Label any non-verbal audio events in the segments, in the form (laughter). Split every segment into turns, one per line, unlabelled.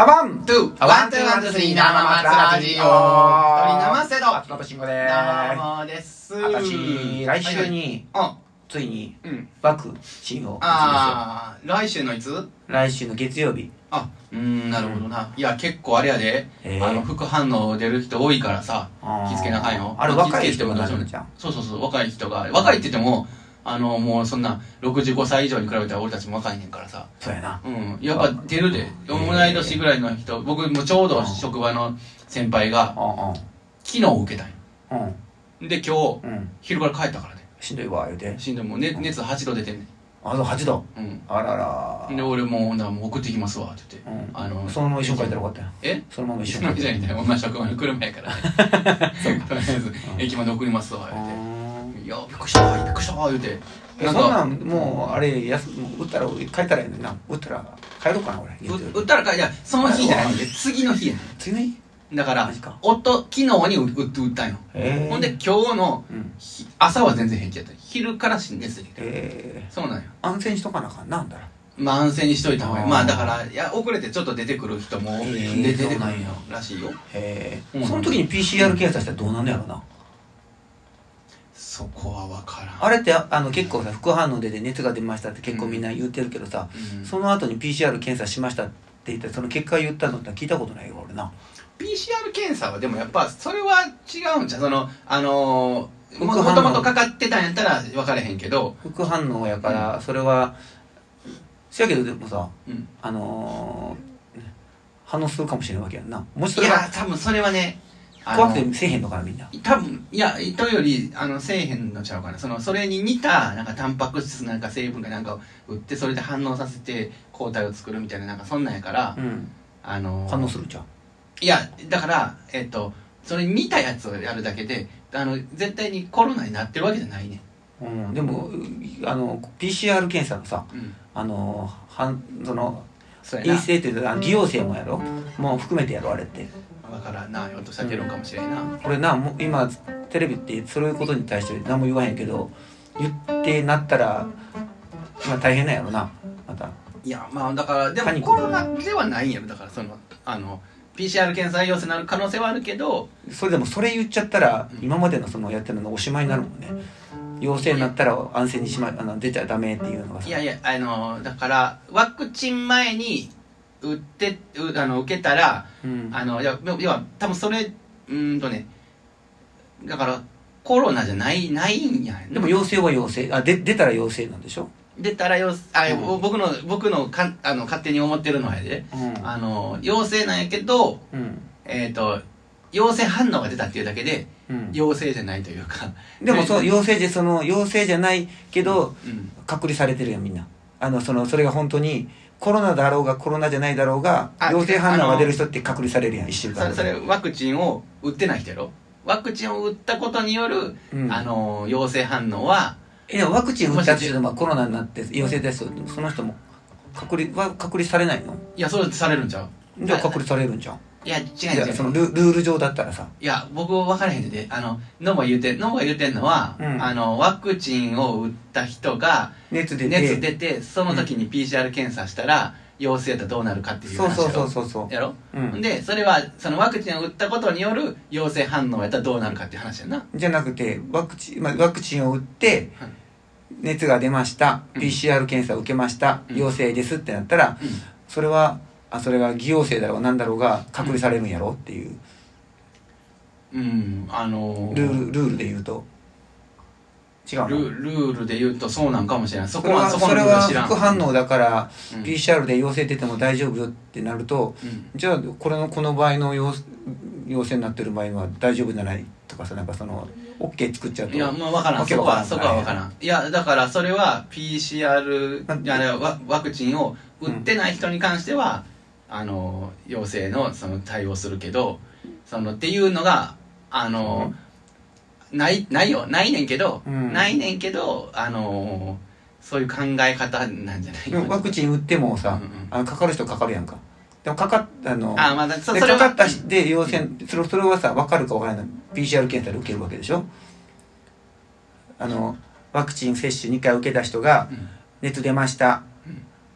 アバン
トゥーワントゥーワントゥースリー生松ラジオ鳥生瀬戸
松本慎吾で
どうもです
す私来週に
あ
ついに
うん
ワクチンを打つんですよ
あー来週のいつ
来週の月曜日
あうーんなるほどないや結構あれやで
えー
あの副反応出る人多いからさ
あー
気付けなあかんよ
あれ
ま
若い
気付
人
け
が
っ
な
てことは
るんじゃん
そうそうそう若い人が若いって言ってもあのもうそんな65歳以上に比べたら俺たちも若いねんからさ
そうやな
うんやっぱ出るで
え
同
ー
い年ぐらいの人僕もちょうど職場の先輩が
う
昨日受けたんよ
んうん
で今日
うんうん
昼から帰ったからね
しんどいわ言うて
しんどいもう、ね、熱8度出てんね
あと8度
ん
あら
うんで
ら
俺もうほんならもう送ってきますわって言って、
うん
あの
そのまま一緒に帰ったらよかったよ
え
そのまま一緒
そ
に
ん
帰
な
っ
み
たら
たいなお前職場の車やからね
(laughs)
とりあえず駅まで送りますわ
う
言っ
ーん
ていやびっくりしたびっくりした言うて
えそんなんもうあれやすもう打ったら帰ったらええねんな打ったら帰ろうかな俺
う売ったらかいやその日じゃないんで次の日やね
次の日
んだから
マジか
夫昨日に売って売ったんよ
へー
ほんで今日の
うん
ひ朝は全然平気やった昼から熱出てる
ええ
そうなんよ
安静にしとかなあかんなあんだら
まあ安静にしといた方がいい
あー
まあだからいや遅れてちょっと出てくる人も
え
出
ー
てく
そう
る
なんや
らしいよ
へえ
うん
その時に PCR 検査したらどうなんのやろな
そこは分からん
あれってああの結構さ副反応出て熱が出ましたって結構みんな言ってるけどさ、
うん
その後に PCR 検査しましたって言ってその結果言ったのって聞いたことないよ俺な
PCR 検査はでもやっぱそれは違うんじゃうそのあのー、も
副反応
もともとかかってたんやったら分かれへんけど、
副反応やからそれは、せやけどでもさ
うん、
あのー反応するかもしれんわけやんなもしそ
い
れ
や
が
多分それはねあの
怖くてせえへんのかなみんな
多分いやというよりあのせえへんのちゃうかなそのそれに似たなんかタンパク質なんか成分かなんかを売ってそれで反応させて抗体を作るみたいななんかそんなんやから、
うん
あのー
反応するんちゃう
いやだからえっ、とそれに似たやつをやるだけであの絶対にコロナになってるわけじゃないね
うん、でもあの PCR 検査のさ
うん
あのはんその
そうや
陰
な
性っていうかあの偽陽性もやろもう含めてやろあれって
だからんなひょっとしたら出るんかもしれんな、
これなもう今テレビってそういうことに対して何も言わへんけど言ってなったら、まあ、大変なんやろなまた
いやまあだからで
パ
も
ニック
コロナではないんやろだからそのあの PCR 検査陽性になる可能性はあるけど
それでもそれ言っちゃったら
うん
今までのそのやってるのおしまいになるもんね陽性になったら安静にしまあの出ちゃダメっていうのがさ
いやいやあのだからワクチン前に打ってうあの受けたら
うん、
あのいや要は多分それうーんとねだからコロナじゃないないんや
でも陽性は陽性あで出たら陽性なんでしょ、
出たら陽あ、
うん
ぼ僕の僕のかあの勝手に思ってるのはやで
うん
あの陽性なんやけど
うん
えっ、と陽性反応が出たっていうだけで
うん、
陽性じゃないというか
でもそう陽性でその陽性じゃないけど
うん
隔離されてるよみんなあのそのそれが本当にコロナだろうがコロナじゃないだろうが
あ
陽性反
あ
応
の
が出る人って隔離されるやん1週
そ
間
れそれワクチンを打ってない人やろワクチンを打ったことによる、
うん
あの陽性反応は
えでもワクチン打った人でもコロナになって陽性ですその人も隔離は隔離されないの
いやそれされるんちゃう
じゃあ隔離されるんじゃん
いや違う
い
違う
やそのルルール上だったらさ
いや僕分からへんでであのノボ言うてノボ言うてんのは、
うん
あのワクチンを打った人が
熱出て
熱出てその時に PCR 検査したら、陽性だったらどうなるかっていう
そう
話やろ
そうそうそうそう
やろ、
うん
でそれはそのワクチンを打ったことによる陽性反応やったらどうなるかっていう話やんな
じゃなくてワクチン、まあ、ワクチンを打って
はい
熱が出ました、
うん
PCR 検査を受けました、
うん
陽性ですってなったら、
うん
それはあそれが偽陽性だろうなんだろうが隔離されるんやろっていう
うんあのー
ルールルールで言うと違うの
ルルールで言うとそうなんかもしれないそ
そ
こ
れは
はそこ
そ
の
れ
ルール
は
知らん
副反応だから、
うん
PCR で陽性出ても大丈夫よってなると
うん
じゃあこれのこの場合の陽陽性になってる場合は大丈夫じゃないとかさなんかその OK 作っちゃうと
いやまあ分からん
わけ
そこは
わか
そ
ん
こ
ない
は分からんいやだからそれは PCR
なん
いやだからワワクチンを打ってない人に関しては、あの陽性のその対応するけどそのっていうのがあの、ないないよないねんけど、
うん
ないねんけどあのそういう考え方なんじゃない
でもワクチン打ってもさ、
うんうん
あのかかる人かかるやんかでもかかっあの
あまあだそ
で
それ
か
は
かったしで陽性、それそれはさ分かるか分からない PCR 検査で受けるわけでしょあのワクチン接種2回受けた人が
うん
熱出ました、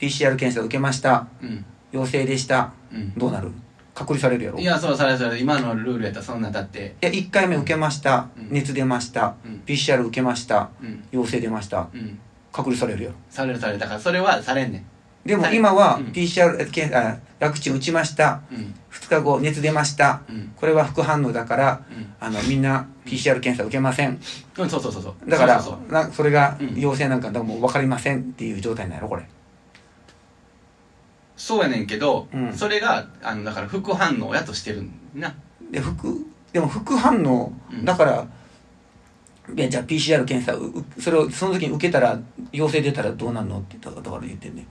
PCR 検査受けました
うん
陽性でした
うん
どうなる隔離されるやろ
いやそうそれそれ今のルールやったらそんなだって
いや1回目受けました、
うん
熱出ました、
うん
PCR 受けました
うん
陽性出ました
うん
隔離されるやろ
されるされるだからそれはされんね
でも
はい
今は
うん
PCR、え検あワクチン打ちました
んうん
2日後熱出ました
うん
これは副反応だから
うん
あのみんな PCR 検査受けません
うんそうそうそうそう
だから
そうそうそう
なそれが
うん
陽性なんかだからもう分かりませんっていう状態なんやろこれ
そうやねんけど、
うん
それがあのだから副反応やとしてるんな
で副でも副反応
うん
だから、いやじゃあ PCR 検査ううそれをその時に受けたら陽性出たらどうなんのってだだから言ってんね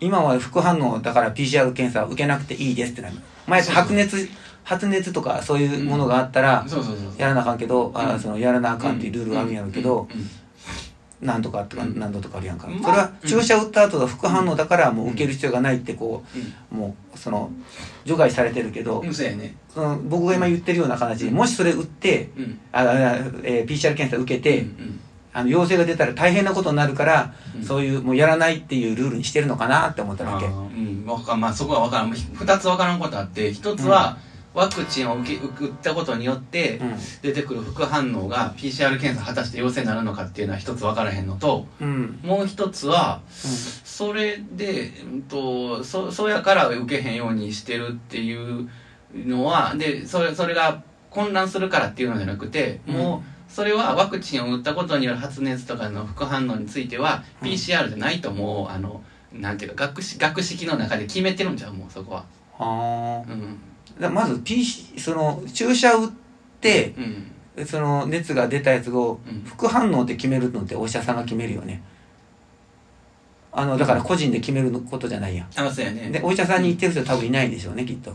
今は副反応だから PCR 検査受けなくていいですってなる前
そうそう
白熱発熱とかそういうものがあったら、
そうそうそうそう
やらなあかんけど、
う
あ
ん
そのやらなあかんっていうルールがあるんやろうけど、
うんうん
何とかとか
うん
何度とかあるやんか、
ま
そ
あ
れは
うん
注射打った後が副反応だからもう受ける必要がないってこうもうその除外されてるけど、
うんうんそうやね
その僕が今言ってるような形でもしそれ打って
うん
あ、あえー PCR 検査受けて、
うん
あの陽性が出たら大変なことになるから、
うん
そういうもうやらないっていうルールにしてるのかなって思っただ
あ
け、
ーうんわかまあそこは分からん2つ分からんことあって1つは、ワクチンを受け打ったことによって出てくる副反応が PCR 検査果たして陽性になるのかっていうのは1つ分からへんのと
うんうん
もう1つはそれで、うん、とそそうやから受けへんようにしてるっていうのはでそれそれが混乱するからっていうのじゃなくて、
うん
もうそれはワクチンを打ったことによる発熱とかの副反応については
うん
PCR じゃないともうあのなんていうか学識学識の中で決めてるんじゃんもうそこは。
あー
うん
だからまず、PC、その注射打って
うん
その熱が出たやつを
うん
副反応って決めるのってお医者さんが決めるよねあのだから個人で決めることじゃないやん
あそうやね。
でお医者さんに行ってる人は多分いないでしょうねきっと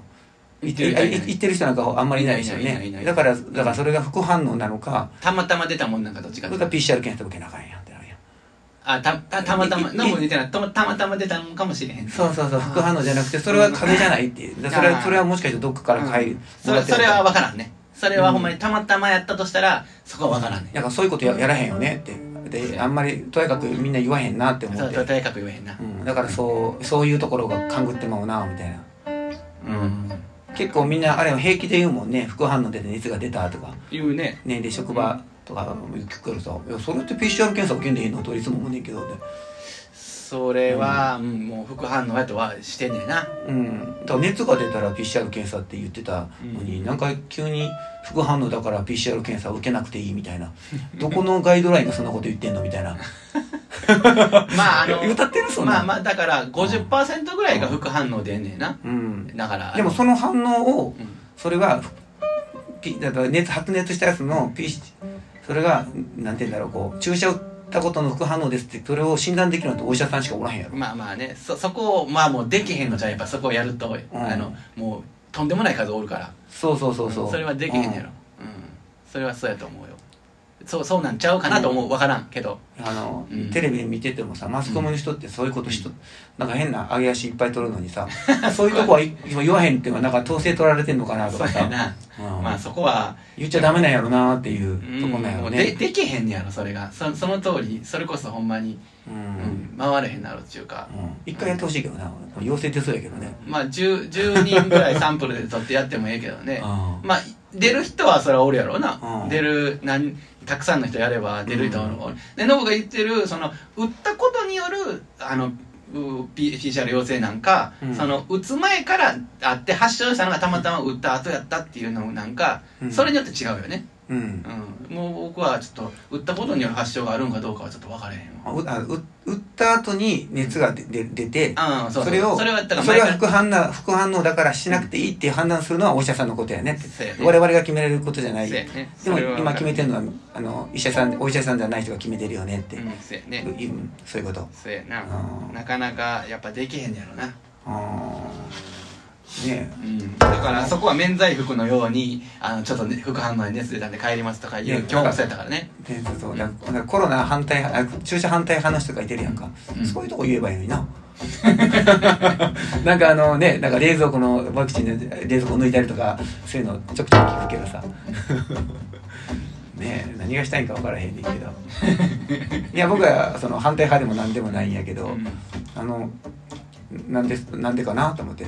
言
行
っ
ってて
る人
あ
はいない
い行ってる人なんかあんまりいないですよ
いないいないいない
ねだからだからそれが副反応なのか
たまたま出たもんなんかと違
それ
っ
か
て
ら PCR 検査受けなあかんやんってなるやん
あたたたまたま
いい
のも出てないたまたまたま出たのかもしれへん
そうそうそう副反応じゃなくてそれは風邪じゃないっていうだからそれ
あー
はそれはもしかしてどっかから帰る
それそれは分からんねそれは
うん
ほんまにたまたまやったとしたらそこは分からんね、
なんかそういうことややらへんよねってであんまりとやかくみんな言わへんなって
う
思
そ
っ
う
て
そうとにかく言えへんな
うん、だからそうそういうところが勘ぐってまうなみたいな
うん
結構みんなあれは平気で言うもんね副反応出て熱が出たとか
言うね
ねで職場とか聞くからさ「いやそれって PCR 検査受けんでいいの?」といつも思うねんけどね
それは、うんもう副反応やとはしてんねんな
うんだから熱が出たら PCR 検査って言ってたのに、なんか急に副反応だから PCR 検査受けなくていいみたいなどこのガイドラインがそんなこと言ってんのみたいな
まああの
歌ってるそんな
まあまあだから50%ぐらいが副反応出んねんな
うん
だから
でもその反応を
うん
それはピだから熱発熱したやつの P それがなんて言うんだろうこう注射打ったことの副反応ですってそれを診断できるのってお医者さんしかおらへんやろ
まあまあねそそこをまあもうできへんのじゃんやっぱそこをやると、
ん
あのもうとんでもない数おるから
そうそうそうそう、
んそれはできへんやろ、うんそれはそうやと思うよそうそうなんちゃうかなと思う、分からんけど
うん、あの、
うん
テレビ見ててもさマスコミの人ってそういうことしと、なんか変な揚げ足いっぱい取るのにさそういうとこはい今言わへんっていうのはなんか統制取られてんのかなと
そう
か
や
さ、
な
うん
まあそこは、
言っちゃダメなんやろなっていう
うん
とこなんや
も
ろ
うで
ね、
できへんねやろそれがそその通りそれこそほんまに、
うん
うん、回れへんなろっちゅうか、
うん一回やってほしいけどな陽性出そうやけどね、
まあ 10, 10人ぐらいサンプルで取ってやってもええけどね
うん
まあ出る人はそれはおるやろうな、
うん
出るなんたくさんの人やれば出る人はおる、でノブが言ってるその打ったことによるあのう P- PCR 陽性なんか、
うん
その打つ前からあって発症したのがたまたま打った後やったっていうのなんか、
うん
それによって違うよね、
うん
うん、もう僕はちょっと打ったことによる発症があるんかどうかはちょっと分からへん
あ
わ
うあう打った後に熱が出出出て、
ああそう
それを
それはだから
それは
前か
副反応副反応だからしなくていいっていう判断するのはお医者さんのことやねって
そうやね
我々が決められることじゃな
ら
い
そうや
で
ね
も
それは
今決めてるのはあの医者さんお医者さんじゃない人が決めてるよねって、
うんそうやね
うんそういうこと
そうやな
うん
なかなかやっぱできへんやろな
あーね
うんだからそこは免罪服のようにあのちょっと、ね、副反応に熱出たんで帰りますとかいう
ね
今日もそうやったからね
えねそうそうだからだからコロナ反対あ注射反対派の人がいてるやんか、
うん
そういうとこ言えばいいのにな (laughs) なんかあのねなんか冷蔵庫のワクチンで冷蔵庫抜いたりとかそういうのちょくちょく聞くけど
(laughs)
さねえ何がしたいんか分からへんねんけどいや僕はその反対派でも何でもないんやけど、
うん
あのなんでなんでかなと思って、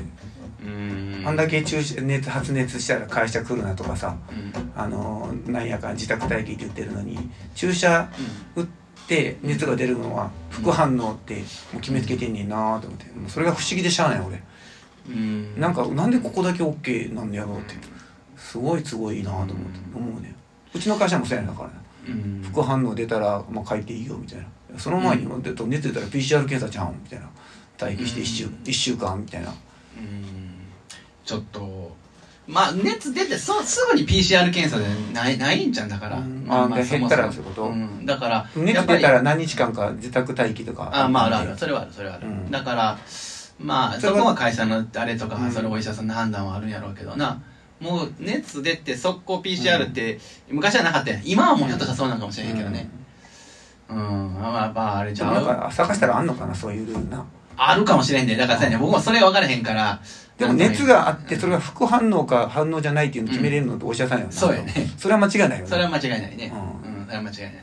うん
あんだけ中止熱発熱したら会社来るなとかさ
うん
あのなんやか自宅待機って言ってるのに注射打って熱が出るのは副反応ってもう決めつけてんねんなと思ってもうそれが不思議でしゃあない俺
うん
なんかなんでここだけ OK なんやろうってすごい都合いいなと思って思うねうちの会社もそうやねんだからね
うん
副反応出たら、まあ、書いていいよみたいなその前に、でと熱出たら PCR 検査ちゃうんみたいな待機して1週,、
うん
一週間みたいな
うんちょっとまあ熱出てそうすぐに PCR 検査でないないんじゃんだから、
うん
ま
あ
ま
で
そ
減
もそも
ったらってこと
うん、だからや
熱
っぱ
出
り
たら何日間か自宅待機とか
あまああるあるそれはあるそれはある、
うん
だからまあ
それ
そ
は
こは会社のあれとか、
うん
それお医者さんの判断はあるんやろうけどなもう熱出て速攻 PCR って、昔はなかったやん今はもうひょっとしたらそうなんかもしれへんけどねうん、まあやっぱあれ
じ
じ
ゃ
ゃ
あなん
あ
か探したらあんのかなそういうルールな
あるかもしれんねだからさね僕もそれ分からへんから
でも
なんとも言えん
熱があってそれが副反応か反応じゃないっていうのを決めれるのってお医者さんやな、
そうやね
それは間違いないよね
それは間違いないね
う
うんん、それは間違いない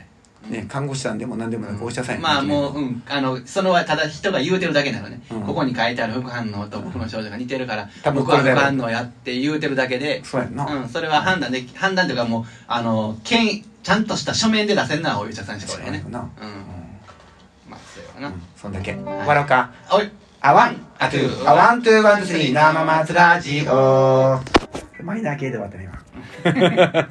ね看護師さんでも何でもなくお医者さんや
まあも
う
ううんあのそのはただ人が言うてるだけなのね、
うん
ここに書いてある副反応と僕の症状が似てるから、
多分
僕は
これ
副
だろう
反応やって言うてるだけで、
そうやんな、
うん、それは判断でき判断というかもうあの権ちゃんとした書面で出せるのはお医者さんしかお
そう
れ
や
へんね
んな、
うんまあそうやわ
う、
なん
そんだけ終
い
わろうか
おい
アワン、アトゥー、アワン、トゥー、ワン、ツー、スリー、生松ラジオ。マイナー系で終わったね、今。